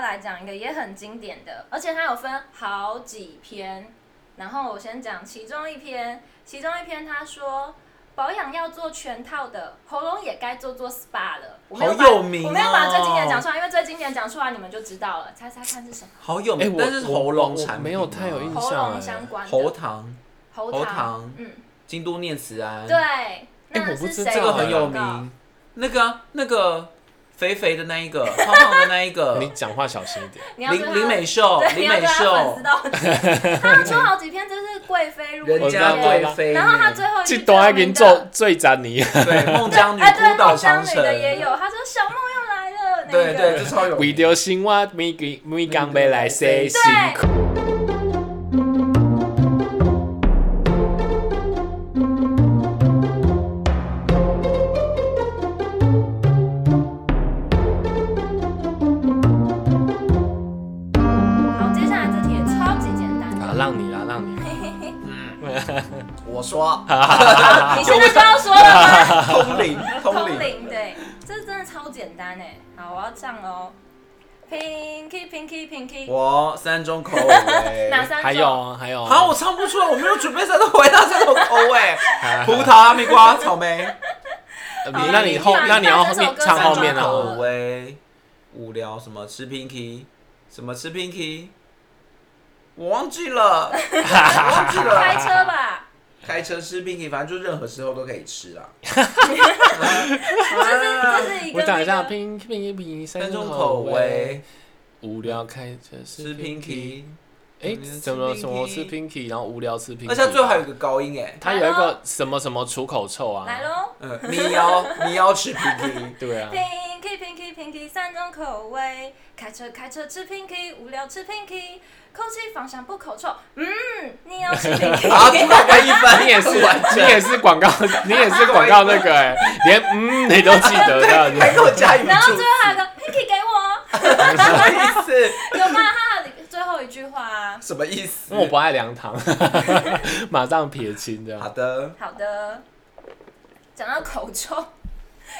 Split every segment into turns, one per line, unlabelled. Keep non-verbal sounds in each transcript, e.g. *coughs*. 来讲一个也很经典的，而且它有分好几篇。然后我先讲其中一篇，其中一篇他说保养要做全套的，喉咙也该做做 SPA 了。我没有把
好有名哦
我没有把最经典讲出来，因为最经典讲出来你们就知道了。猜猜看是什么？
好有名，
哎我
但是喉
我
咙
我
产品
没有太有印
啊
象
喉咙
哎
相关的
喉糖，
喉
喉糖嗯
嗯，
京都念慈庵，
对。啊
哎
那
我不
是
知
谁
道
的
这个很有
广告
名。那个啊，那个肥肥的那一个， *laughs* 胖胖的那一个，
你讲话小心 *laughs* 一点。
你要
林
对
林
他
美秀，
对，
林美秀
你，要对他粉
*laughs*
丝道歉。他有出好几篇，就是贵妃入
人
宫
家
我知
贵
道我知道
妃呢，
然后他最后一
这
句
段还给
名
你做最渣你，
对孟姜女
哎， *laughs* 对，
孤岛
孟
长
姜女
城
的也有，他说小梦又来了，那
对
个
对，这超有
为
名。
着生活每个每工要来洗辛苦。
好，接下来这题也超级简单，
啊，让你啦，让你。
我
*laughs*
说
你现在就要说了吗？*laughs*
通灵，
通
通灵，
灵，对，这真的超简单哎。好，我要唱喽。Pinky Pinky Pinky，。
我三种口味
*laughs* 哪三种？
还有还有。
好，我唱不出来，我没有准备三种回答三种口
*laughs*
味。葡萄、哈密瓜、草莓。
呃
好
你那你
你
后
唱
那你要
这
后
首
面
歌
唱
三
后
种
面
好
啊
了。
口味无聊什么吃 Pinky，什么吃 Pinky，我忘记
*laughs*
了，我忘记
开
了。
车吧，
开车吃 Pinky，反正就任何时候都可以吃
*laughs*
啦。
这是一
我
个
讲一下
那个
拼拼一拼三
三
种
种
口
口
味
味，
无聊开车
吃
吃
Pinky，
哎，
嗯
怎么
吃
什么
Pinky
吃 Pinky，然后无聊吃 Pinky，
而且它最后还有一个高音哎，
它有一个什么什么出口臭啊？
来喽。
呃，你要你要吃 Pinky，
*laughs* 对啊，
Pinky Pinky Pinky 三种口味，开车开车吃 Pinky，无聊吃 Pinky，空气芳香不口臭。嗯，你要吃
*laughs*
Pinky，
然后就考过一分，
*laughs* 你也是
完
你
全，
也是广告，你也是广告那个哎，连
*laughs*
嗯你都记得这样
还给
子。
我加一分
然后
数
最，后还有个 Pinky 给我，
什么意思？
有吗？哈，最后一句话啊。
什么意思
因为？我不爱凉糖， *laughs* 马上撇清这
好
样。
的，
好的，讲到口臭，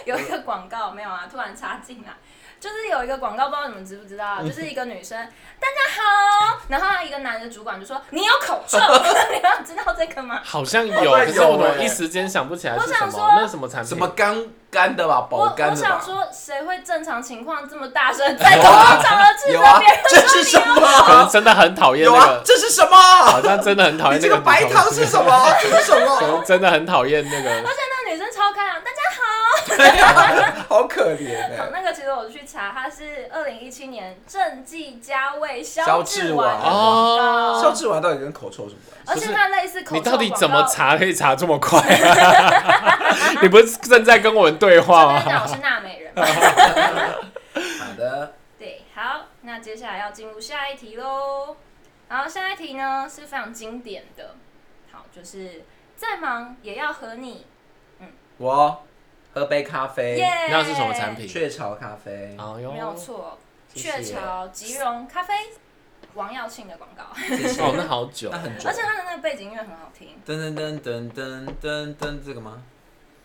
有一个广告没有啊？突然插进来，就是有一个广告，不知道你们知不知道啊，
嗯
就是一个女生，大家好，然后她一个男的主管就说你有口
*laughs*
臭，你们知道这个吗？
好像有，
好像
可是我
有
们
欸
一时间想不起来是什
我想
么
说，
那是什么产品？
什么干干的吧，
我
保
我
干的
想
吧。
说，谁会正常情况这么大声在公共场合斥
*laughs* 有
责
啊
别人，哦
这是什
可能
么？
真的很讨厌
有
那
啊
个，，
这是什
好
么？
像真的很讨
你
厌
这
那
个白
女同
糖
事
是什么？这是什
可能
么？
*laughs* 真的很讨厌那个。
*laughs* 那女生超开朗。大家
哎好可怜
好，
哎！
那个其实我去查，它是二零一七年政绩加
*laughs*
味
消
志
志
丸
丸
的广
消
告，
吃完到底跟口臭什么关系？
而且它类似口
哦你
臭
到底
广
怎么
告？
查可以查这
*laughs*
么快、你不是正在跟我们对话
我
*laughs*
跟你讲，我
吗？
是娜美人。
好的，
对，好，那接下来要进入下一题喽。然后下一题呢是非常经典的，好，就是再忙也要和你
我喝杯咖啡，
耶。
那是什么产品？
雀巢咖啡，
哎呦
没有错，
谢
雀
谢
巢吉荣咖啡，王耀庆的广告，
谢谢
哦，那好久
那。很重
而。且它的那个背景音乐很好听，
噔噔噔噔噔噔噔，这个吗？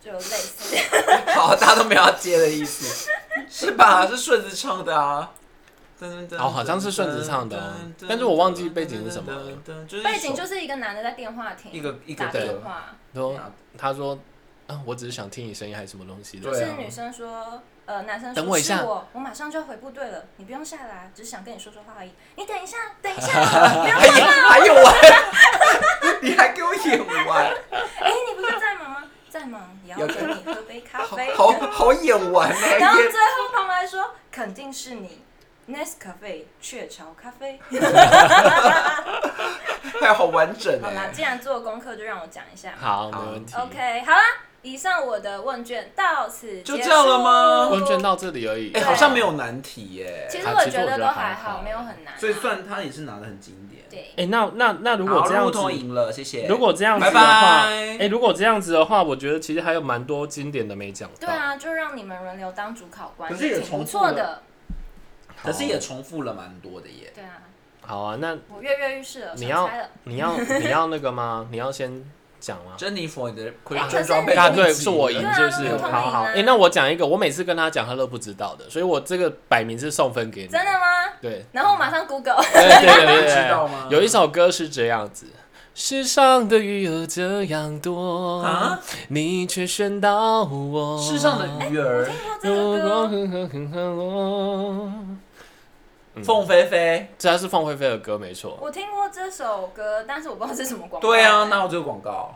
就类似。
*laughs* 好，大家都没有要接的意思，是吧？是顺子唱的啊。噔噔噔
哦好像是顺子唱的哦但是我忘记背景是什么了。
噔噔噔噔就
*laughs*
是
背景就是是一个男的在电话亭
一个一个
打
对
电话，
说他说，啊，我只是想听你声音，还是什么东西
就
的？
对
是
啊
女生说，呃，男生
等
说
我一下
是我，我马上就要回部队了，你不用下来，只是想跟你说说话而已。你等一下，等一下，不要
还
走
演
啦。
还有完，你还给我演完，
哎，你不是在忙吗？在忙，也要跟你喝杯咖啡。
好好演完呢、
然后最
欸！
后旁白说，肯定是你。Nescafe 雀巢咖啡。
还哎好完整呢、
好啦，既然做功课，就让我讲一下。
好，没问题。
OK，好啦，以上我的问卷到此
就
结
这样了
束
吗
问卷。到这里而已。
哎、好像没。有难题耶、
其实
啊
我
其实
觉
我觉
得
得
都还
还好
好，没有很难啊。
所以算他也是拿的很经典。
对，
哎、那那那如果
好
这样
路
子，
通赢了，谢谢。
如果这样子的
拜
话，
拜
哎、如果这样子的话，我觉得其实还有蛮多经典的没讲到。
对啊，就让你们轮流当主考官，
可是也
挺不
重复
错
了
的。
好，
可是也重复了蛮多的耶。
对啊，
好啊。那
我跃跃欲试了，
你
想 *laughs*
要
猜了。
你要你要那个吗？你要先讲
呃
吗？
珍妮佛，你的葵
哎可
春
是
装被
你啊
攻击
对是我赢
对啊
就
那
是
个透明
好好
啊
哎、那我讲一个，我每次跟他讲，他都不知道的，所以我这个摆明是送分给你。
真的吗？
对，
然后我马上 Google，
对对对对
你知道吗
对，有一首歌是这样子。世上的鱼有这样多，
啊
你却选到我。
世上
哎
的鱼
*laughs*
儿，
哇这
如
个歌
果
呃
很很很很我，
凤飞飞。
这还是凤飞飞的歌，没错。
我听过这首歌，但是我不知道这是什么广告。
对啊，哪有这个广
哦
告？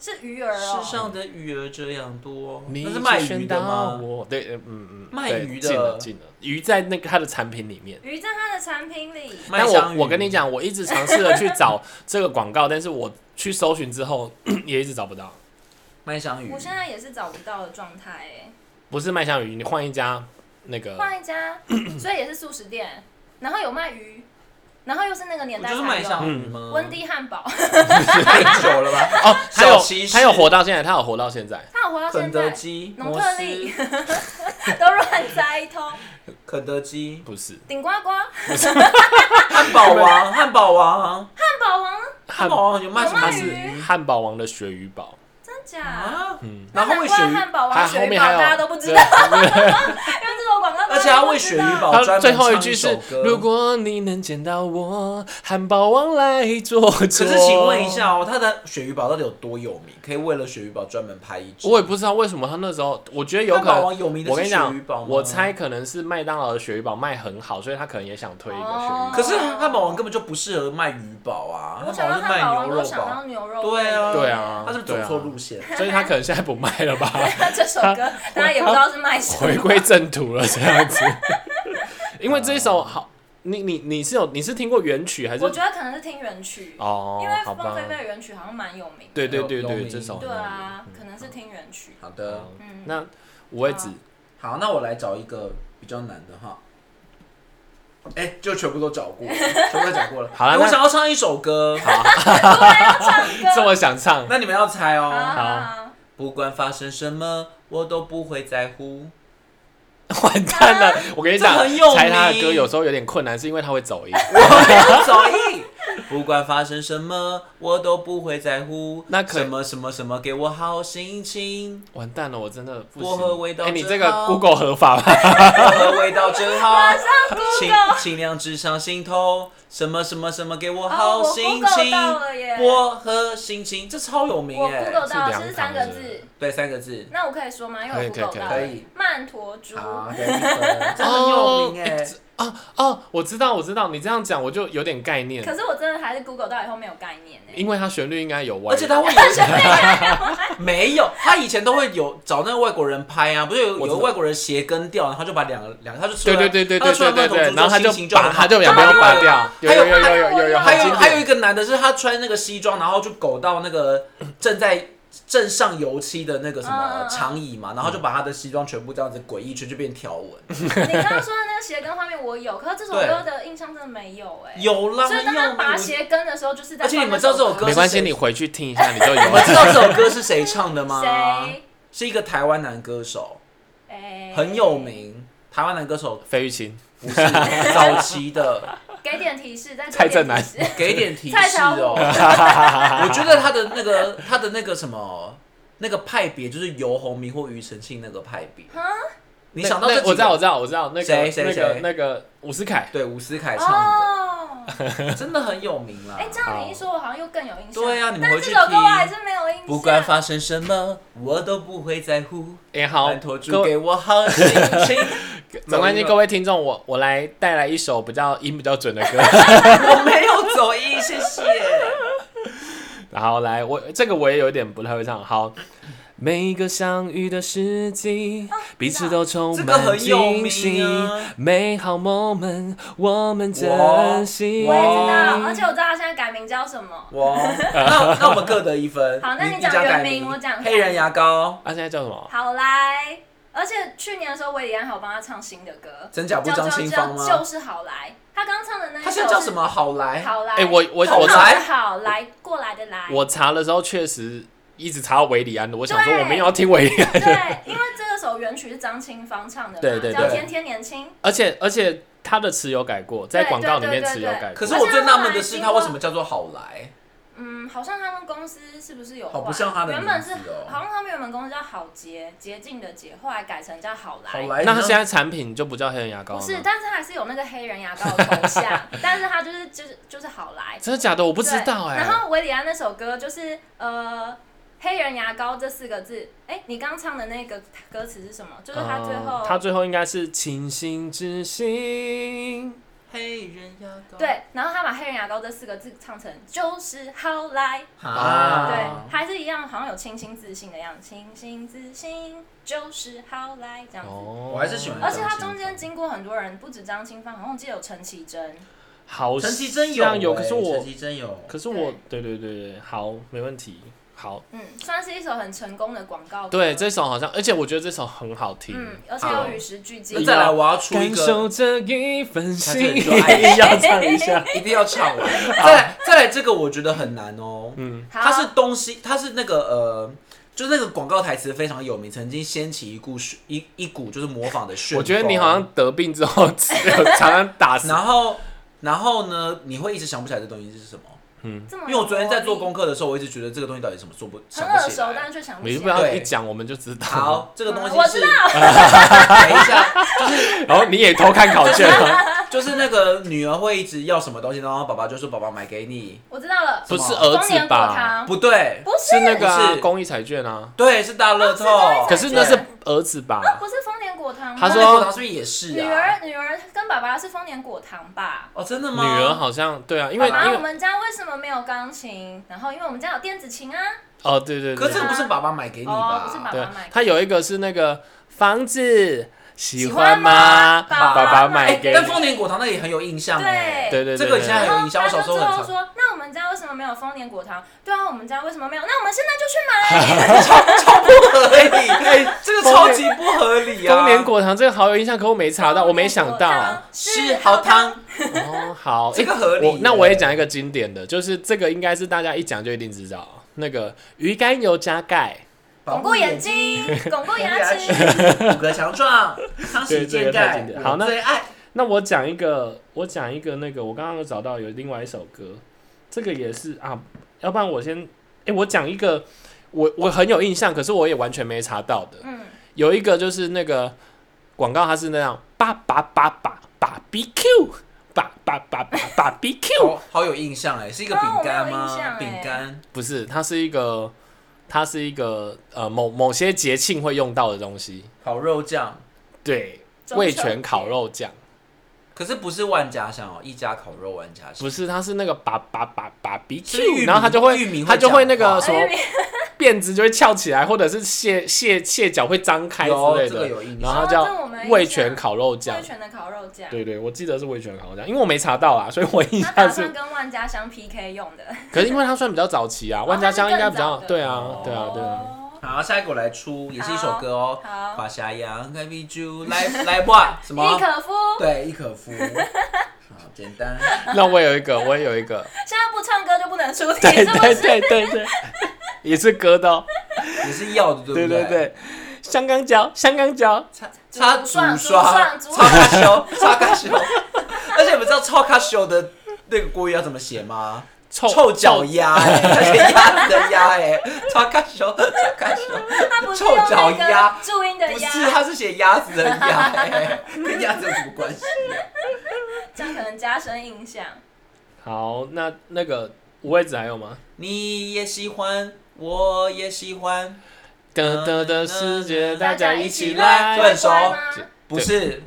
是鱼儿哦。
世上的鱼儿这样多，
你
那是卖
却选
鱼的
到
吗？
我对，呃嗯嗯，
卖
对
鱼
进了
的
进了，鱼在那个它的产品里面。
鱼在它的产品里，
卖
但
香
我
鱼
我跟你，讲，我一直尝试了去找这个广告，但是我去搜寻之后也一直找不到。
卖香鱼
我，现在也是找不到的状态哎。
不是麦香鱼，你换一家那
嗯
个，
换一
*coughs*
家，所以也是素食店，然后有卖鱼，然后又是那个年
我
代
就是
才
卖
有
嗯
香鱼吗？
温蒂汉堡，
太久了吧？
哦，他有
小骑士
他有活到现在，他有活到现在。
它有活到
肯
现
德
在，
基、
农
摩
特利
斯、
*laughs* 都乱猜一通，
肯德基、
不是
顶呱呱，汉
汉堡王、汉堡王、
堡王啊哦
汉
汉
堡王有卖什
有
么
他
卖
鱼
鱼
是汉堡王的鳕鱼堡，
真假？
啊？
嗯，
然后
难
为
怪
鳕鱼，
汉堡
还
王
后
鳕鱼
面
堡
还有
大家都不知道， *laughs* 因为这种广告大
而且
家
他
都
为
不
鳕
知道。
鱼哦堡专
他
门
最后一
唱
句
首
是
歌：
如果你能见到我，汉堡王来做可
可是请问一，下哦，他的鳕鱼堡到底有多有名？可以为了鳕鱼堡专门拍一支？
我也不知道为什么他那时候，我觉得有可
汉堡王
能。
有名的
我
是
跟你
鳕
讲
鱼堡吗，
我猜可能是麦当劳的鳕鱼堡卖很好，所以他可能也想推一个鳕鱼
哦可
堡。
是汉堡王根本就不适合卖鱼堡啊，
我
汉堡
想到汉堡王
王是卖牛
都
肉
想到
堡，
牛肉
对啊
对啊
他是不是走错路线？
所以他可能现在不卖了吧？
*laughs*
*laughs*
这首歌大家也不知道是卖什
回
么。
归正途了这
*laughs*
样子。因为这一首好，你你你是有你是听过原曲还是
我？觉得可能是听原曲，
哦
因为，
好
凤
吧
飞，飞的原曲好像蛮有名的。
对对对
有有
对，
名
这首
对啊，可能是听原曲。
好的，
嗯，
那我也只
好，那我来找一个比较难的哈。哎、就全部都找过，全部都找过了。
好啦啊
哎
那
我想要唱一首歌，
啊
这么想唱， *laughs*
那你们要猜
嗯
哦。
好好好。
不管发生什么，我都不会在
*laughs*
乎。
完蛋了！
啊
我跟你讲
这很有，名
猜他的歌有时候有点困难，是因为他会走音。
我没有走音。不管发生什么，我都不会在乎。
那可以
什么什么什么，给我好心情，
完蛋了，我真的不
薄荷味
行。
道
哎，你这
真
个
好
Google 合法吗？ *laughs*
薄荷味道真好。清
Google
清凉直上心头，什么什么什么，给我
哦
好
我
心
Google
情。
到了耶
薄荷心情，这超有名
我
哎、
Google 到
是
了
两
这是三
行
个
是不是
字，
对，三个字。
那我可以说吗？因为我
可以可以
Google 到
可以
了
可以
曼陀珠，
好，给你分真的很有名哎、
啊哦，我知道，我知道，你这样讲我就有点概念
可，是我真的还是 Google 到以后没有概念欸
*laughs*
呢。
因为它旋律应该有歪
而。且他会
*laughs*
有没有，他以前都会有找那个外国人拍啊，不是有
我知道
有个外国人鞋跟掉，然后他就把两个两个他就出
对
来
对对对
他
对
就出来
对对
那
对，
种
然后他
就
就
心情
把
很
他
好
就两边
对啊
拔掉，有
还有
有有有有有有，
还
很
有
经
还有
典。
一个男的是他穿那个西装，然后就狗到那个正在正上油漆的那个什
嗯嗯
么
嗯
长椅嘛，然后就把他的西装全部这样子诡异圈就变条
*laughs*
纹，
你刚刚说的那个鞋跟画面我有，可是这首歌的印象真的没有哎。
有啦，
所以当
很有
他
名
拔鞋跟的时候，就是在
而且你们
放那
知道这首歌
没关系，
是谁
你回去听一下，你就有
你
*laughs*
们知道这首歌是谁唱的吗？
谁？
是一个台湾男歌手，
哎，
很有。名，台湾男歌手
费玉清。
不是早期
*laughs*
的，
给点提示，再
蔡振南
给点提示
给点提
蔡
示
小
哦
虎。
*laughs* 我觉得他的那个他的那个什么那个派别，就是游鸿明或庾澄庆那个派别。你想到
那
这
那
几个？
我知道，我知道，我知道，那
谁
个
谁
那
谁
个那个伍思凯，
对，伍思凯 *laughs* 唱
哦，
的，真的很有名啦 *laughs*
哎，。这样你一说，我好像又更有印象。
对啊你们
但
回
是
去
这首歌我
听
还是没有印象。
不管发生什么，我都不会在乎。
哎好，
拜托，
各
主
位
给我好心情。
*laughs* 没关系，各
位，
位听众，我我来带来一首比较音比较准的
*laughs*
歌，
我没有走音，谢
*laughs*
谢。
然后来我这个我也有点不太会唱，好。每一个相遇的时机，
啊
彼此都充
这个
满
很有
惊
名
喜
啊，
美好 moment 我们
我
珍惜。
我也知道，而且我知道他现在改名叫什么。
哇，那那我们各得一分。
好那你
你
讲
家
原
改
名我讲
黑人牙膏，
啊，现在叫什么？
好来，而且去年的时候，韦礼安还有帮他唱新的歌，
真假不
叫
张
叫
清
叫
芳吗？
就是好来。他刚唱的那一首
他
是
现在叫什？么？好来，
好来。
哎，我我
好
我
就是
查
来
好来过来的来。
我查的时候确实一直查到维里安的，我想说
对
我们要听维里安，
对，因为这首原曲是张清芳唱的嘛，
对对
叫
对
《天天年轻》。
而且而且他的词有改过，在
对
广告里
对
面
对
词
对
有改过。
哦可是我最纳闷的是，他为什么叫做好来？
嗯，好像他们公司是不是有
好
换？
不像他的
原本
名
是
字哦
好像他们原本公司叫好洁，洁净的洁，后来改成叫好来。
好来，
那它
他
现在产品就不叫黑人牙膏
不
了
是，
吗？
但是它还是有那个黑人牙膏的头
*laughs*
像，但是它就是就是就是好来。
真的假的？我不知道
对
哎、
然后维里安那首歌就是呃“黑人牙膏”这四个字，哎、你刚唱的那个歌词是什么？就是他最后，
嗯他最后应该是清醒之心。
黑人牙膏，
对，然后他把“黑人牙膏”这四个字唱成就是好来，
啊，
对，还是一样，好像有清新自信的样子，清新自信就是好来这样子。
哦
我还是喜欢
而且他
张清
中间
芳
经过很多人，不止张清芳，好像我记得有陈绮贞，
好
陈绮贞有欸，
像有，可是
陈
我，
绮贞有，
可是我，对对对对，好，没问题，好，
嗯，算是一首很成功的广告歌。
对这首好像，而且我觉得这首很好听，
嗯，而且
好
又与时俱进
那。再来我要出一
感
个，
受这一份
他
心
这里
*laughs* 意
就哎，
要唱一下，
一定要唱 *laughs* 完。再来再来这个我觉得很难哦，
嗯，
好，
它是东西，它是那个呃。就是那个广告台词非常有名，曾经掀起一股旋一一股就是模仿的旋风。
我觉得你好像得病之后，常常打死，
*laughs* 然后，然后呢？你会一直想不起来这东西是什么？
这么
因为我昨天在做功
课，
课的时候，我一直觉得这个东西到底什么做不
很
想
耳
不起
熟，
来
但。却想不
你
起
不
来。
要
对
一讲我们就知道，
好，，这个东西
嗯我
是
知
等
哎
一下，
*laughs* 然后你也偷看考卷啊
*laughs*
了，
就是那个女儿会一直要什么东西，然后爸爸就说：“爸爸买给你。
我知道了，
不是
什么
儿
丰
子
年果
吧？
糖”
不对，
不
是那个啊
不是
公益彩券啊，
对，是大乐透。
哦公益彩
可是
券
那是儿子吧？
啊，不是丰年果糖吗？
他
他
说
说他是不是也是
女
啊？
儿女儿跟爸爸是丰年果糖吧？
哦，真的
*laughs* 女
吗？
儿好像对啊，因为因
然后我
为
们家为什么没有钢琴？然后因为我们家有电子琴啊。
哦，对对
可
对
是这个不是爸爸买给你吧？
哦不是爸
对
妈买给，
他有一个是那个房子喜
喜
欢
欢
吗？
吗爸
爸爸
爸
买
买
给
给你
你
但，丰年果糖那个也很有印象哎。
对对
这
对
个现在很
对
然
有
后
印象。我
他
小
就
时候
最后
很常
说：“那我们家为什么没有丰年果糖？对啊，我们家为什么没有？那我们现在就去买。
不合理，哎，这个超级不合理啊！哦
丰年果糖这个 *laughs* 好有印象，可我没查到，我没想到。
是好汤，
哦，好，
这个
诶
合理
我
耶
那我也讲一个经典的，就是这个应该是大家一讲就一定知道，那个鱼肝油加钙，
巩固眼
*laughs*
睛，巩固牙齿。
骨骼强壮，康
对
熙
这
健
个太
钙
经，典
我
好那
最爱。
那我讲一个，我讲一个那个，我刚刚有找到有另外一首歌，这个也是啊，要不然我先，哎、我讲一个，我我很有印象，可是我也完全没查到的， *laughs*
嗯，
有一个就是那个广告，它是那样，叭叭叭叭叭 BQ，叭叭叭叭叭 BQ，
好好有印象哎，是一个饼干
哦我没有印
吗？
象哎
饼干
不是，它是一个，它是一个呃某某些节庆会用到的东西，
烤肉酱，
对，
中秋
味全烤肉酱，
可是不是万家香哦，一家烤肉万家香
不。是，它是那个叭叭叭叭
是玉
BQ，
米
然后它就
玉米
会
会
它就会那个
讲话
什么辫子就会翘起来，或者是 *laughs* 蟹蟹蟹脚会张开之类
有这个
的，
有印
然
象。
后它
哦这我没印
叫
象
味全烤肉酱
味，全的烤肉酱，
对对，我记得是味全烤肉酱，因为我没查到啊，所以我印
他打
象是
算，跟万家香 PK 用的。哦
可是因为它算比较早期啊，万家香应该比较
它是更早的
对啊对啊对啊，
哦
好，下一个我来出，也是一首歌哦。
好
华夏阳开啤酒，来 *laughs* 来吧，什么
郁？可夫，
对，一
*laughs*
可夫。好简单，
哦
那我有一个，我也有一
*laughs*
个，
现在不唱歌就不能出题，
对
是不
对
是？
对对对，也是歌的、哦，
也是药的，对不
对
对
对，对，香港脚，香港脚，
擦擦竹
竹
刷，
爽
*laughs* 擦
竹爽
卡修，擦卡修。 *laughs* 而且你们知道超卡修的那个国语要怎么写吗？
臭
臭脚丫、欸， *laughs* 它是鸭子的鸭哎、超卡修，超卡修，
他不是用
臭脚
那
丫
个注音的
不
鸭，
是，啊它是写鸭子的鸭哎、 *laughs* 跟鸭子有什么关系？啊
这样可能加深印象。
好，那那个五味子还有吗？
你也喜欢，我也喜欢，
得得的世界，大家一起
大家
来
一。起来
乖吗
对
不是，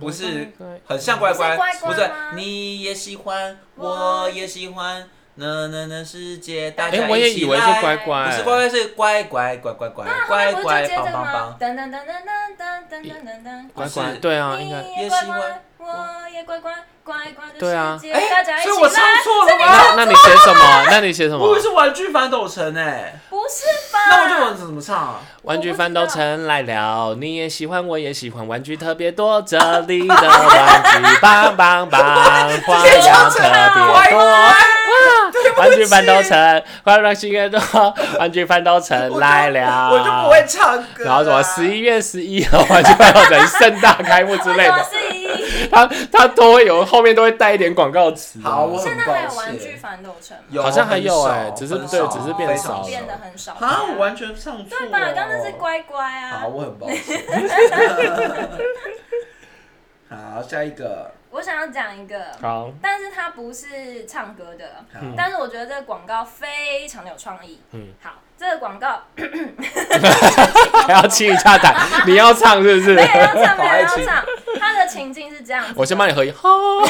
不是
哎
很像乖乖，
不是
不
乖乖
是
吗，
你也喜欢，
我
我也喜欢，呢呢呢世界，大
哎，
家
我
一
也
起
以为是
来
乖
不
乖，
是乖乖，是乖乖乖乖乖乖
不是
乖
就接
棒
着
棒
吗？
棒，
噔噔噔噔噔噔噔噔噔
乖
不
乖，
是
对啊，应该
你也乖乖，我也乖乖，乖乖的
对啊
世界，大家一
所以我
起
唱
来。
错了吗？
哎那那你写什么？那你写什
我以为
么？
是玩具反斗城哎，
不是吧？
那我就玩怎么唱啊？
玩具翻斗城来了，你也喜欢，我也喜欢，玩具特别多，这里的玩具棒棒棒，花样特别
啊
多。啊玩具翻斗城，快乐新年多，玩具翻斗城来了。
我就不会唱歌啊。
然后什么十一月十一号玩具翻斗城盛大开幕之类
为什么
的，
是一？
*laughs* 他他都会有后面都会带一点广告词。啊
好，我
现
很
在还有
抱
玩具
歉。
反斗城吗？
有
好像还有
很少
哎只是
很
对
少
只是
非
变
常
少
变得
少
很少
啊，我完全上错。
对吧？刚刚是。乖乖啊
好，。我很抱歉。 *laughs* 好，下一个。
我想要讲一个，
好，
但是它不是唱歌的，
好，
但是我觉得这个广告非常有创意。
嗯，
好，这个广告 *laughs*
还要清一下胆，你要唱是不是
没？有要唱，
好
没有
爱
要
情
唱，它的情境是这样子的。
我先帮你合影，哈
哦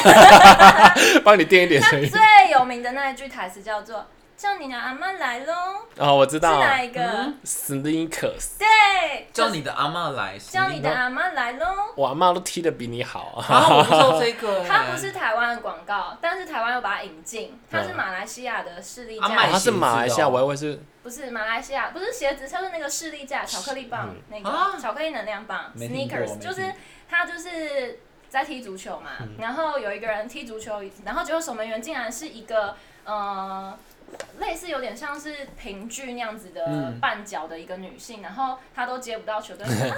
*laughs* 帮你垫一点
它 *laughs*
声音。
最有名的那一句台词叫做“叫你的阿妈来喽
哦，我知”，
是
道
哪一个？
嗯，Sneakers，
对，
叫你的阿嬷来。
叫你的阿妈来喽。
我阿妈都踢的比你好啊。
啊，我不知道这个欸。
它不是台湾的广告，但是台湾又把它引进，它是马来西亚的士力
阿麦
架
他，是马来西亚，我还以为是
不是马来西亚，不是鞋子，它是那个士力架巧克力棒，那
啊
个巧克力能量棒
没听过没
（sneakers），
嗯听
就是他就是在踢足球嘛，然后有一个人踢足球，然后结果守门员竟然是一个呃。类似有点像是平距那样子的
嗯
绊脚的一个女性，然后她都接不到球，但是
*laughs*
啊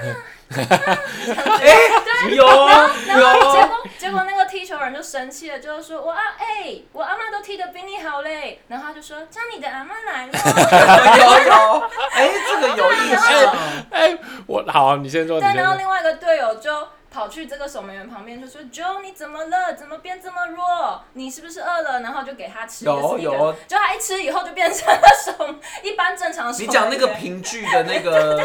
有
啊然后结
有。
果结果那个踢球人就生气了，就是说我啊哎、我阿妈都踢得比你好嘞，然后他就说叫你的阿妈来了，
有有， *laughs* 哎、这个有哦印象。
哎、我好、啊，你先说，你
对，
先
然后
说。
另外一个队友就跑去这个守门员旁边，就说：“Joe，你怎么了？怎么变这么弱？你是不是饿了？”然后就给他吃一个
有
Snickers，
有
就他一吃以后就变成了守一般正常的守
你
门员。
讲那个评剧的那个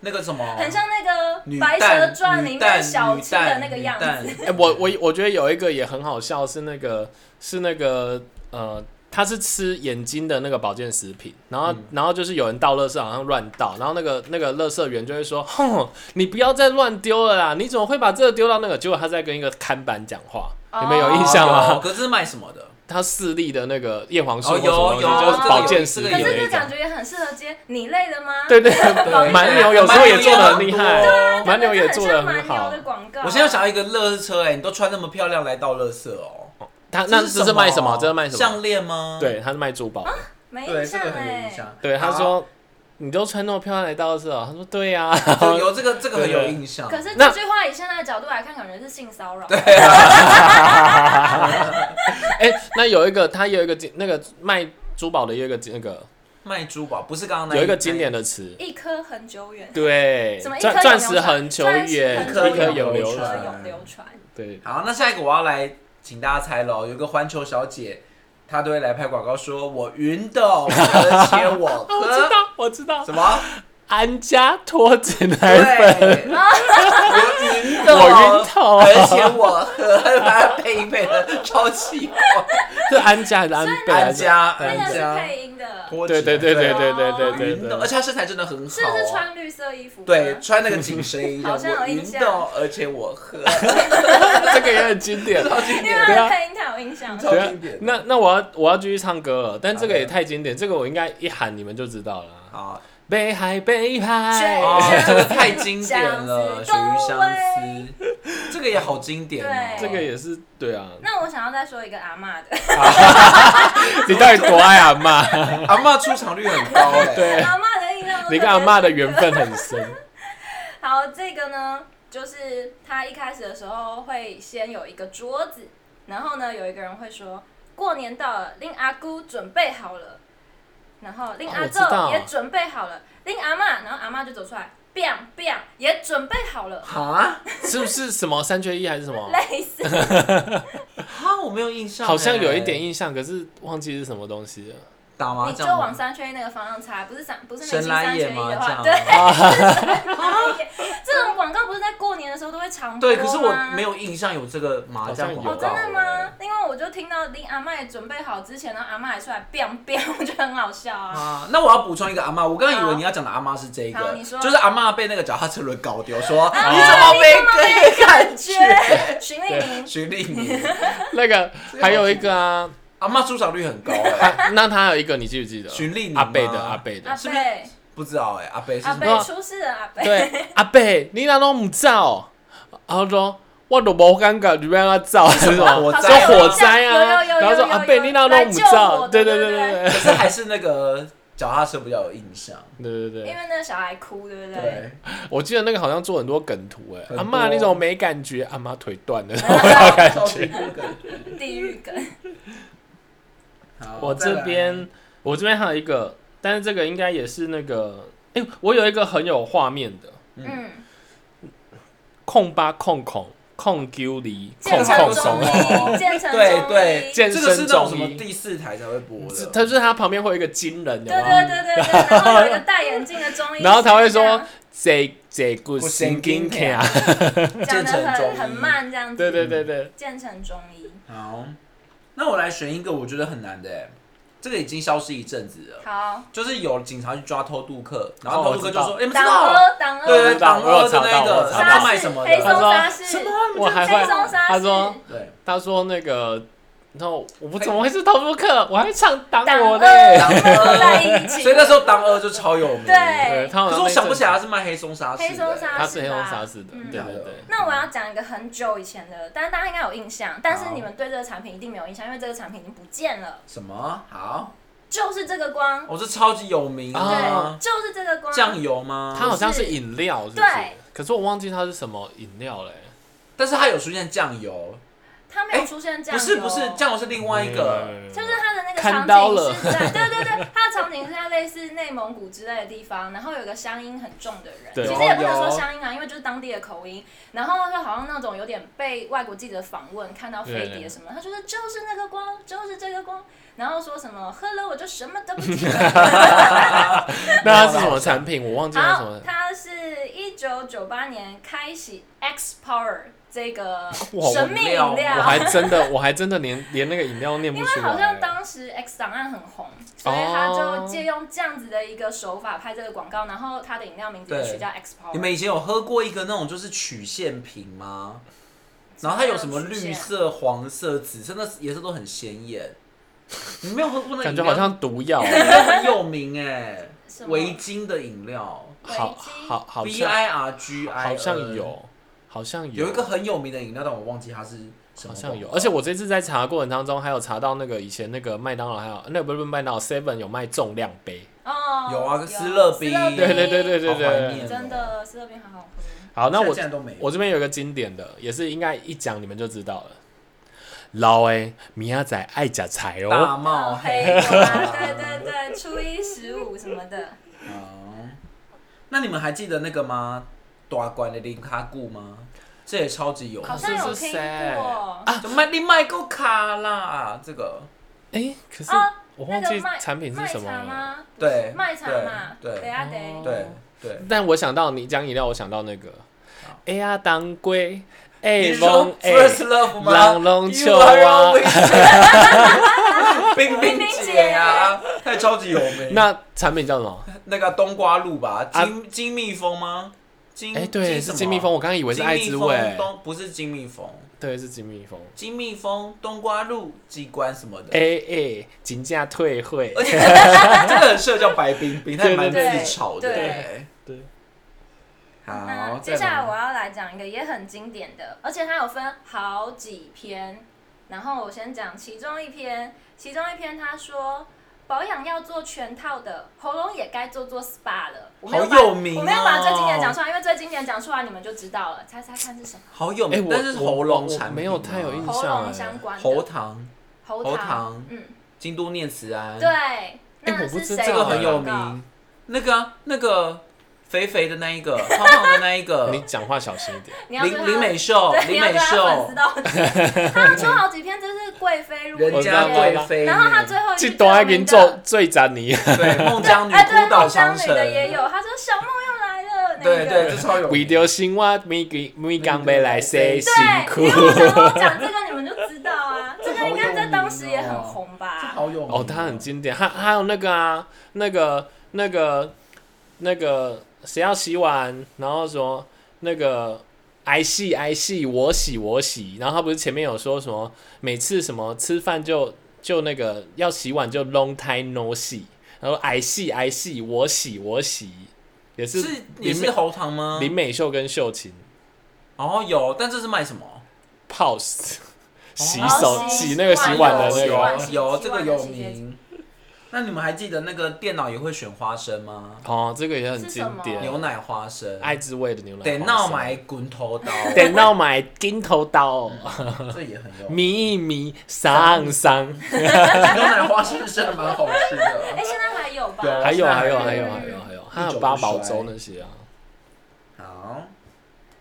那个什么？
很像那个
女
《白蛇
蛋
传》
女
里面
蛋
小
女
七的
蛋
那个
女
样
蛋
子。
哎、我我我觉得有一个也很好笑，是那个是那个呃，他是吃眼睛的那个保健食品，然后、
嗯
然后就是有人倒垃圾好像乱倒，然后那个那个垃圾员就会说，哼，你不要再乱丢了啦，你怎么会把这个丢到那个？结果他在跟一个看板讲话，你们有印象
哦有
吗？
可是卖什么的？
*laughs* 他视力的那个叶黄素
哦
或什么
有
东西，
有
就是保健食
这
品
个
可
的
是
有
那
这
种
感。觉也很适合接，你累了吗？
对对对，
对
蛮牛有时候也做的很厉害，蛮牛也做的
啊蛮
很好
牛。的广告。
我现在想要一个乐色车、哎，你都穿那么漂亮来到乐色哦。
他那这是卖什么？这是卖什么？
项链吗？
对，他是卖珠宝的。
没
对，
印
这
象
个很有
哎
印，象。
对，他
好
说你都穿那么漂亮来到这哦，他说对呀、
有有这个这个很有
对
印象。
可是
那
这句话以现在的角度来看，感觉是性骚扰。
对啊，
*laughs* 哎、那有一个他有一个经那个卖珠宝的有一个经那个
卖珠宝不是刚刚那
有一个经典的词，
一颗很久远，
对，
什么
钻
一颗
钻
有
石
流传
很久
钻石
远，
很
一
久
颗
一颗
远
有
有
流
一颗
传
有流传。
对，
好，那下一个我要来，请大家猜喽。有一个环球小姐，她都会来拍广告，说我晕的，而且
*laughs*
我
我
喝
知道我知道，
什么？
安家脱脂
啊对，
奶粉，
我晕的，
我晕头
而且我喝，把它配音配的超级好。
*laughs* 是安家还是安倍？
安家
还
那
是
个
安
是
家
配音的，
脱
对
脂
对对对
哦
对对对对
晕的，而
对，
且她身材真的很
是
好
不是
啊
哦。
穿绿色衣服吗？
对，穿那个紧身衣，
啊好像有
我
印
晕
象
的，而且我喝，
这个也很经典。
*laughs* 超经
因为
典，
他
对
的
啊
配音太有印象了。
超
对啊
经典，的。
那那我要我要继续唱歌了，但这
好
个
的
也太经典，这个我应该一喊你们就知道了啊。
好，
北海北海，
哦
相，
这
思
个太经典了，《雪
相
域
思
相思》这个也好经典哦。
对
这个也是对啊，
那我想要再说一个阿嬷的，
*laughs* 你到底多爱阿妈？
*laughs* 阿嬷出场率很高哎。
对，
*laughs*
啊
阿嬷的印象都特别深刻。
*laughs* 你跟阿妈的缘分很深。
*laughs* 好，这个呢，就是他一开始的时候会先有一个桌子，然后呢，有一个人会说：“过年到了，令阿姑准备好了。”然后令
哦
阿
我知道
舅也准备好了，令阿妈，然后阿妈就走出来，biang biang 也准备好了，
哈
是不是什么三缺一还是什
哦
*laughs* 么？
类
*laughs*
似
哈，我没有印象哎，
好像有一点印象，可是忘记是什么东西了。
打麻
你就
将
往
吗，
三缺一那个方向猜，不是三不是明
神
星
来
三缺
也
一
麻
的话，
将，
对，神来也 *laughs* 这种广告不是在过年的时候都会常播
对，
吗？
可是我没有印象有这个麻将
好
广
哦，
告
真
哎。
的吗？因为我就听到令阿嬷也准备好之前，然后阿嬷还出来 biang biang，我觉 *laughs* 得很好笑啊。 *laughs*
啊，那我要补充一个阿妈，我刚刚以为你要讲的阿妈是这
好
个
你，说
就是阿妈被那个脚踏车轮搞丢，说
啊
你怎么没跟感
薛
*laughs* 觉？
徐丽宁，
徐丽宁，
那个还有一个啊， *laughs*
阿妈出场率很高哎，
他那他有一个你记不记得？
循例你吗
阿贝的阿贝
阿
的，
是不是
贝，
不知道哎，阿贝是
阿
什
贝
么？
出事了，阿贝。
对阿贝，你哪拢唔照？然后说我都无感觉，你不要照 *laughs* 是吗？
火
说
灾
火灾啊，
有有有有有有有
然后说阿贝，你哪拢唔
来救
照？
我
对对
对
对
对对
对对
可是还是那个 *laughs* 脚踏车比较有印象。
对对
*laughs* 因
对，
为那小孩哭，对不对？
对，
我记得那个好像做很多梗图哎、
很
阿妈那
多
种没感觉，阿妈腿
*laughs*
断了，
超级多梗。
地狱梗，
好
我这边，我这边还有一个，但是这个应该也是那个，哎、我有一个很有画面的，
嗯，
控吧控控控丢离控
建
健
成
控
身
中
松
中，
医，建成中
对
医，
对
健
再来这个是
身
那种什
中
么
医，
第四台才会播的，
他就是他旁边会有一个金人，有
对
吗？
对对对对，然后有一个戴眼镜的中医，
然后他会说
这样
这这股神经疼啊，
讲的
建成中
很很
医
慢这样子，
*laughs* 对对对对，
建成中医，
好，那我来选一个我觉得很难的欸，这个已经消失一阵子了，
好，
就是有警察去抓偷渡客，然
哦
后偷
我
渡客
知
就
道
说：“哎，你们知
党
道了？
鹅党
对对，
鹅
知道
党
我有
二的
查
那
到我
个，他
有查
们
到
要卖什么
黑
他
松
的？
说
沙士，
什么？
我还
黑
会
松沙
他
士，
说
对，
他说那个，然后我不怎么会是偷渡客，我还会唱当
党
我
鹅
嘞。
党鹅在一起，
所以那时候党二就超有名。
对
对，他好
可
像
是我
那
想不
阵
起来他是卖黑松沙士的欸，
黑松沙
他是黑龙沙士的，
嗯
对对对。
那我要讲一个很久以前的，但是大家应该有印象，但是
好
你们对这个产品一定没有印象，因为这个产品已经不见了，
什么？好，
就是这个光，
哦我、这超级有名
啊
对，，
啊
就是这个光，
酱油吗？
它好像是饮料，是不
嗯
是
对
可是我忘记它是什么饮料嘞。
但是它有出现酱油，
它没有出现酱
不
油，
是不是，酱油是另外一个，
就是它的那个
看到
场
了
景是在，对对对，它的场景是在类似内蒙古之类的地方，然后有个乡音很重的人，
对
其实也
哦
不能说
有
乡音啊，因为就是当地的口音，然后就好像那种有点被外国记者访问，看到飞碟什么，他就说就是那个光，就是这个光，然后说什么喝了我就什么都
*laughs*
不记得。
那它是什么产品？我忘记它是什
好
么，。
它是一九九八年开启 X Power 这
*laughs*
个
我
神秘饮
料
我
料，
还真的，我还真的连连那个饮料念不
因
出
为
来。欸
好像当时 X 档案很红，所以他
哦
就借用这样子的一个手法拍这个广告，然后他的饮料名字也取叫 X
你
Power。
们以前有喝过一个那种就是曲线瓶吗？然后它有什么绿色、黄色、紫色，那颜色都很鲜艳。你没有喝过那饮料
感觉好像毒药，
很有名哎
什，么
维京的饮料
好好好
B
像
I R G I，
好像有，好像
有一个很有名的饮料，但我忘记它是什么。
好像有，而且我这次在查的过程当中，还有查到那个以前那个麦当劳，还有那个不是不是麦当劳 Seven 有卖重量杯，
哦，
有啊斯乐冰
对对对对
好
对
怀念
对。
哦
真的斯乐冰好好喝。
好，那
现在
我
现在都没有
我这边有一个经典的，也是应该一讲你们就知道了。老诶，米亚仔爱夹菜哦，
大帽
黑
黑， *laughs*
有啊，对对对，初一十五什么的，
哦，那你们还记得那个吗？大罐的零卡固吗？这也超级有名，啊
好像有
是
听
谁
过。啊
就卖你卖够卡啦，这个
诶，可是
啊
我
那
忘
个
记
麦
产品是什么
麦茶
了。
吗？
对
麦茶嘛，
对对
等下等。
对对，
但我想到你讲饮料，我想到那个
嗯
好
哎呀当归，哎
你是说
梦哎，
first love 吗？
朗龙秋啊
You are
*laughs*
always- *laughs* 冰冰姐啊，太超级有名。那
那产品叫什么？
那个冬瓜露吧，
啊
金金蜜蜂吗？金
哎，对，是
什么
金蜜蜂，我刚刚以为是爱之味
金蜜蜂，冬不是金蜜蜂，
对，是金蜜蜂。
金蜜蜂冬瓜露鸡冠什么的。
哎哎，金价退会
而，且 *laughs* 真的很适合叫白冰冰，他也蛮自
对
对对
嘲的。
对
哎
对，
好
那，接下来我要来讲一个也很经典的，而且它有分好几篇。然后我先讲其中一篇，其中一篇他说保养要做全套的，喉咙也该做做 SPA 了。我没有把
好有名哦
我没有把最经典讲出来，因为最经典讲出来你们就知道了。猜猜看是什么？
好有
哎
名，
我
但是喉咙产
我
品
没有太有印象
啊
喉咙相关的
喉糖，
喉
喉糖嗯哎
嗯，
京都念慈庵，
对。啊那
我不
是
知
谁
道
这
的
个很有
广告
名。那个啊那个肥肥的那一个，胖胖的那一个，
*laughs* 你讲话小心一点。
你要对
林
他
林美秀，
对，你
林
要
美
对他粉
秀
丝，道
*laughs*
歉。他要出好几篇，就是贵妃入宫
人家
我知道
贵
篇
妃呢，
然后他最后一
这
句
段还
最有
给你
名
做
的，
最斩你，
对
*laughs*
孟姜女
哎，对，
孤岛
孟
长
姜女
城，
的也
对
有，他说小梦又来了，那个
对，这超有
为
名。
着生活每个每工要来洗辛苦
对，因。为我想说讲这个你们就知道
*laughs*
啊，这个应该在当时也很红
这
吧？
好有名
哦，它很经典，还还有那个啊，那个那个那个谁要洗碗，然后说那个挨洗挨洗，我洗我洗，然后他不是前面有说什么每次什么吃饭就就那个要洗碗就 long time no 洗，然后挨洗挨洗，我洗我洗，也是
是也
林
是
美
喉糖吗？
林美秀跟秀琴
哦有，但这是卖什么？
pose 洗
哦
手
哦
洗那个洗碗的那
洗
个
碗。
有有这个有名。那你们还记得那个电脑也会选花生吗？
哦，这个也很
是
经
什么
典，
牛奶花生，
爱滋味的牛奶花
得
生，
闹买滚头
*laughs*
刀，
得闹买金头 *laughs* 刀，
这也很有。
迷迷桑桑，
牛奶花生真的蛮好吃
哎，
的
现在还有吧？
有
还有
嗯
还有啊还有还有还有，还有八宝粥那些啊。。
好，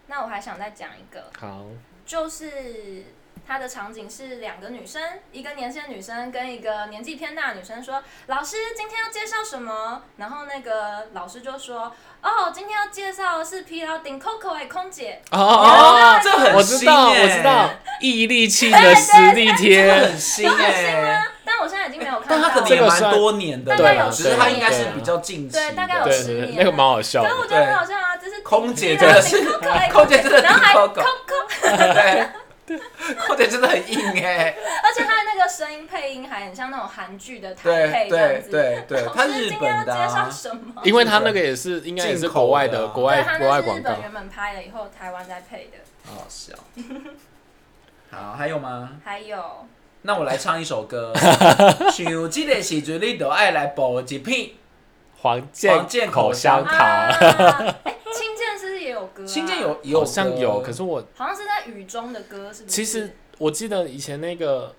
那我还想再讲一个，
好，
就是它的场景是两个女生，一个年轻的女生跟一个年纪偏大的女生说：“老师，今天要介绍什么？”然后那个老师就说：“哦，今天要介绍的是疲劳顶 Coco 哎，空姐。
哦哦
哦，这很
哦，我知道
新耶
我知道，毅力气的实力
这
贴，
很新哎，”
但我现在已经没有看
但
到
它可能
了。
也蛮多年的
大概
了，
有
只
十
是它应该
年
是比较近期的，
对大概有
对
十
对对，
年
那个蛮好笑
可
的
是。我觉得很好笑啊，这是
空姐
疲劳
真的
顶
是
Coco 哎，
空姐真的
然后还
顶 Coco
Coco，
对， *laughs* 扣点真的很硬哎、
*laughs* 而且他那个声音配音还很像那种韩剧的台
对
配这样
对
子。
对对，
老
它
师
日
今天要
本的、
介绍
啊，
什么？
因为他那个也是，应该也是国外
进
的
口的啊
国
对，
外
它
国外
那是
广
日
告
本。原本拍了以后，台湾再配的。
好好笑。好，还有吗？
还有，
那我来唱一首
*laughs*
歌。想这个时阵，你都爱来补一片。
黄健
黄健
口
口
香
香
啊，
糖，
哎，青剑是不是也有歌、啊？
新建有也有
好
歌
像有，可是我
好像是在雨中的歌，是不是？
其实我记得以前那个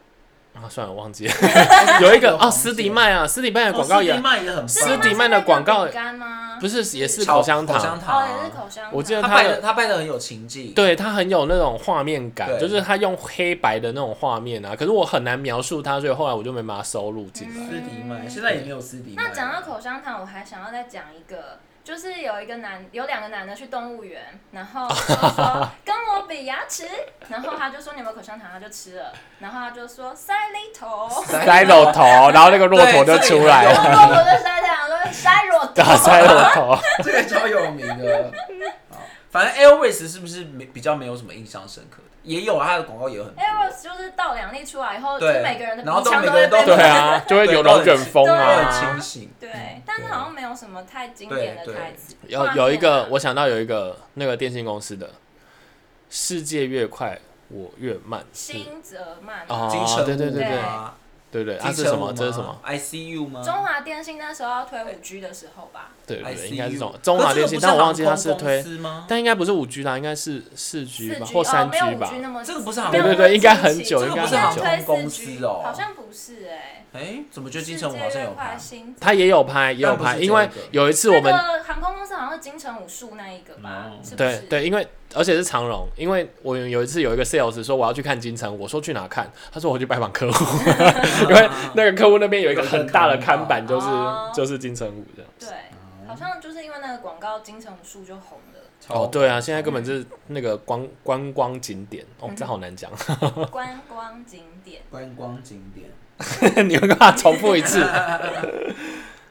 啊，算了，忘记了，
*laughs*
有 *laughs* 一个哦，斯迪麦啊，斯迪麦的广告
哦斯
也
迪曼也很棒
斯迪曼的广告
是那个饼干吗？
不是也是
炒
口香
口香
糖，
哦，
糖啊
也是口香糖。
我记得
他
它
拍
的
的他拍的很有情境。
对它很有那种画面感，
对
就是它用黑白的那种画面啊，可是我很难描述它，所以后来我就没把它收录进来。
斯迪曼现在也没有斯迪曼。
那讲到口香糖，我还想要再讲一个，就是有一个男，有两个男的去动物园，然
*laughs*
后就说跟我比牙齿，然后他就说你有没有口香糖，他就吃了，然后他就说塞里
*laughs*
头，
塞骆头，然后那个骆
对
驼就
这个
出
也
来
然
了，
后我就塞两个塞骆头，
打塞骆头。
*laughs* 这个超有名的。好反正 Elvis 是不是没比较没有什么印象深刻的？也有啊，他的广告也有很多。
Airbus 就是倒两粒出来以后，就
对
是每个人的
然后
鼻腔都
都每个
会
人
被
都
对啊，就会有龙卷风
都很
啊。
清醒。
对，但是好像没有什么太经典的
对对
台词。
有有一个，我想到有一个那个电信公司的，世界越快我越慢，是
新泽曼，
哦
金城武
对对对
对
啊
对对，啊
金
这
城
是什
武
么？
吗
这是什么？
？I C U 吗？
中华电信那时候要推五 G 的时候吧，
对对
ICU
对，应该是中中华电信，
可是这
但
个不
我忘记它
航
是
空
推
公，司吗？
但应该不是五 G 啦，应该是四 G
四
吧
G
或三
哦，没有五
吧
G。那么
这个不是航
没有
空
那么
对对对应该
亲
很
近
久
应该
应
很久
该推
航空公
4G
司哦
好像不是哎，
哎，怎么觉得金城武好像有拍？
新
他也有拍，也有
但不是
拍，
这
因为
个
有一次我
那
们
个航空公司好像是金城武术那一个吧
哦，
是不
对
是？
对，因为而且是长荣，因为我有有一次有一个 sales 说我要去看金城，我说去哪看？他说我去拜访客
*laughs*
户，因为那个客户那边有一个很大的看
啊
板，就是
哦
就是金城武这样。
对，
嗯
好像就是因为那个广告，金城武术就红
*laughs*
了，
超
哦，对啊，现在根本就是那个观观光景点
嗯
哦，这好难讲， *laughs*
观光景点。
观光景点。
你们干嘛重复
*laughs*
一次？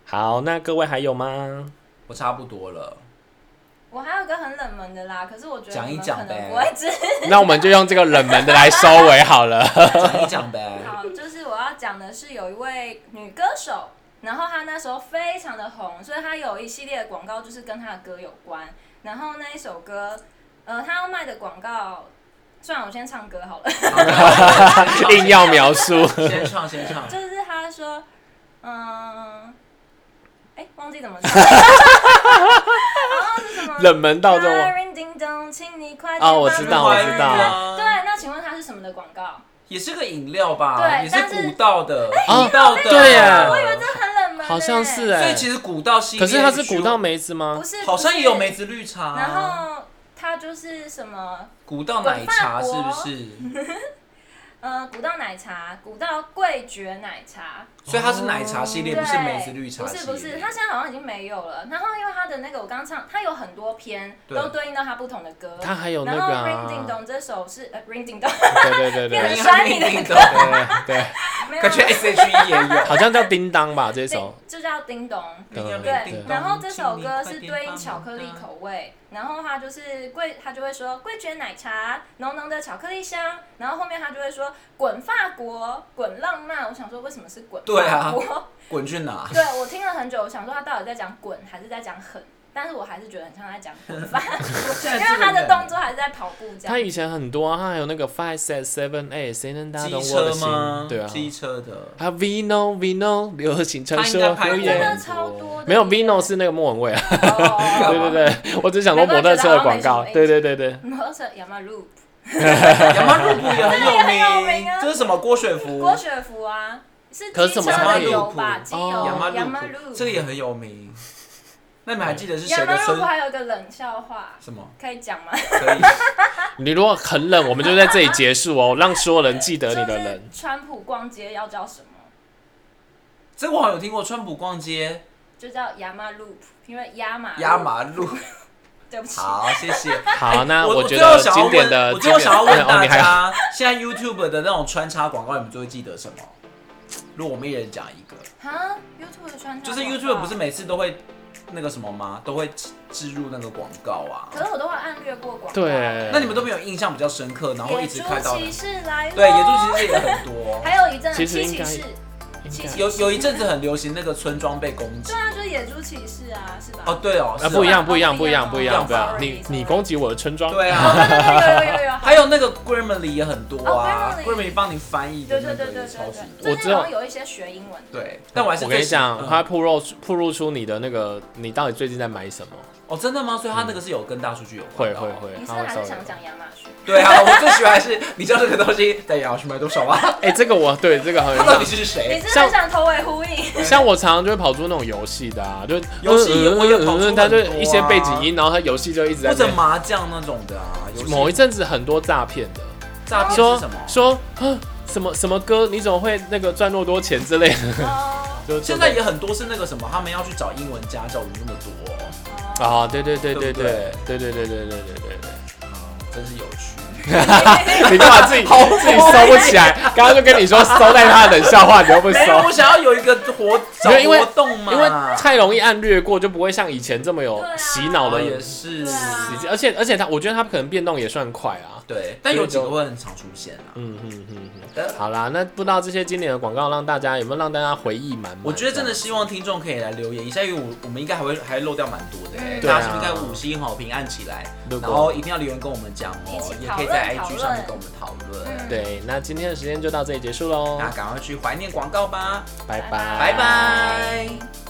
好，那各位还有吗？
我差不多
*laughs*
了，
我还有一个很冷门的啦，可是我觉得
讲一
你们
讲
可能
呗
不会知
那我们就用这个冷门的来收尾好
*laughs*
了。
讲一讲呗。
道，就是我要讲的是有一位女歌手，然后她那时候非常的红，所以她有一系列的广告就是跟她的歌有关。然后那一首歌，呃，她要卖的广告，算了，我先唱歌好了， *laughs*
硬要描述， *laughs*
先唱先唱，
就是她说，嗯、哎、忘记怎
*laughs*
么唱，
冷门到这
啊
种
，ring ding dong，请你快
哦我
帮
知道
忙
我知道
对，那请问它是什么的广告？
也是个饮料吧，
对
也
但是哎
古道的，
哦
古道的，
对耶
我以为这很冷门、欸，
好像是
所
哎
以，其实古道系列，
可是它是古道梅子吗
不？是，
好像
不
也
是
有啊梅子绿茶，
然后它就是什么，
古道奶茶是不是？
呃，古道奶茶，古道桂爵奶茶，
所以它是奶茶系列，
哦对，
不是梅子绿茶
不
系
是
列。
不是，它现在好像已经没有了。然后因为它的那个，我刚唱，它有很多篇
对
都对应到它不同的歌。
它还有那
然
个
后
啊
Ring Ding Dong 这首是呃 Ring Ding Dong，
对对对对
变
对
成酸你的歌 *laughs*
对对，
没有
*laughs* 感觉 S H E 也有。
好像叫叮当吧这首
叮。就叫叮咚。
*laughs*
嗯
对
对，然后这首歌是对应巧克力口味，然后它就是桂，它就会说桂卷奶茶，浓浓的巧克力香，然后后面它就会说滚法国，滚浪漫。我想说为什么是滚
对
法
啊
国？
滚去哪？
对我听了很久，我想说他到底在讲滚还是在讲狠，但是我还是觉得很像在讲滚翻， *laughs* 因
因
为他的动作还是在跑步这
他
样。
以前很多、啊，他还有那个 Five Set Seven A，谁能打
机
动我的
车
心
吗？？
对啊，
机车的。
还有 Vino Vino 流行传说
他应该拍
留
过
真
言
的，超多的耶，
没有 Vino 是那个莫文蔚啊，
哦，
对对对，我只想说摩托车的广告，
难怪觉得好像没什么
对对对对，
摩托车 y a m a r u
亚麻路布也很有
对也很有名啊
这是什么？郭雪芙。
郭雪芙啊，是
可
机
是怎
车的
么会
油吧？
哦
机油
亚麻
y a m
路布，这个也很有名。那你们还记得是
y a m
谁的
a r
生
u 还有一个冷笑话，
什么？
可以讲吗？*laughs*
可以。
你如果很冷，我们就在这里结束哦，让所有人记得
就
你的
是
冷。
川普逛街要叫什么？
这我好像有听过，川普逛街
就叫 Yama Loop，因为压马路
压，马路。
对不起，
好，谢谢。
好，那
我
觉
最后
得
想要
经典
问，
的，
我
经
最后
典
想要问
哦，
大
你还有
家，现在 YouTube 的那种穿插广告，你们最会记得什么？如果我们一人讲一个，
啊，YouTube 的穿插
就是
广告
YouTube 不是，每次都会那个什么吗？都会植入那个广告啊。
可是我都会按略过广告。
对，
那你们都没有印象比较深刻，然后一
野
直
猪
看到的
骑。士来了，
对，野猪骑士也很
*laughs*
多。
还有一阵
其实
七
应该
骑士，
应该
有有一阵子很流行那个村庄被攻击
对。啊，就是野猪骑士啊，是吧？
哦，对哦，
啊
是哦
不一样不一样不一样不一样
不
不
一
一
样
样，你
sorry，
你
sorry
攻击我的村庄，
对
哦，
啊，
对对对有有有有，
*laughs*
还有那个 Grammarly 也很多
哦
啊
，Grammarly
，Grammarly 帮你翻译的
对
那
对对对
个
对
也超级
对，最
多。
我
近
知道
好像有一些学英文的，
对，但我还是
我跟你
最喜
讲，
嗯
它铺露铺露出你的那个，你到底最近在买什么？ *laughs*
哦，真的吗？所以它那个是有跟大数据有关
会
的哦
会。会
你，是
它
不是
会
还是
稍微。
想讲亚马逊？
对啊，我最喜欢的是你知道这个东西在亚马逊卖多少 *laughs* 吗？
哎，这个我对这个很
它到底是谁 *laughs*
你？是
哎
不是很想头尾呼
*laughs*
应？
像我常常就会跑出那种游戏的啊，就呃
游戏也我也跑出很多啊
它就一些背景音，然后它游戏就一直在
或
那
者
边。
麻将那种的啊？游戏
某一阵子很多诈骗的，
诈骗
说
是什么？
说啊什么什么歌，你怎么会那个赚那么多钱之类的？ *laughs* *laughs*
哦
就
现在也很多是那个什么，他们要去找英文家教，怎么那么多哦？
哦，
啊，对对对对对
对
对对对对对对对
*laughs*
对，
啊真是有趣。
哎
你干嘛自己自己收不起来？刚刚就跟你说收在他的冷笑话，你又不
*laughs*
收
没。有，我想要有一个活找
没有因为
活动嘛，
因为太容易按略过，就不会像以前这么有
对啊
洗脑
哦
的
也
时
是
对啊
间，而且而且他，我觉得他可能变动也算快啊。
对，但有几个会很常出现啊。
嗯嗯嗯嗯，
呃
好啦，那不知道这些经典的广告让大家有没有让大家回忆满满？
我觉得真的
是
希望听众可以来留言一下，因为我我们应该还会还漏掉蛮多的欸，
嗯
大家是不是
对啊
应该五星好评按起来，
如
然
果
后一定要留言跟我们讲
一起
哦，也
讨
可以
论
在
讨
IG
论
上面跟我们讨论
嗯。
对，那今天的时间就到这里结束喽
那，赶快去怀念广告吧，
拜
拜
拜
拜拜。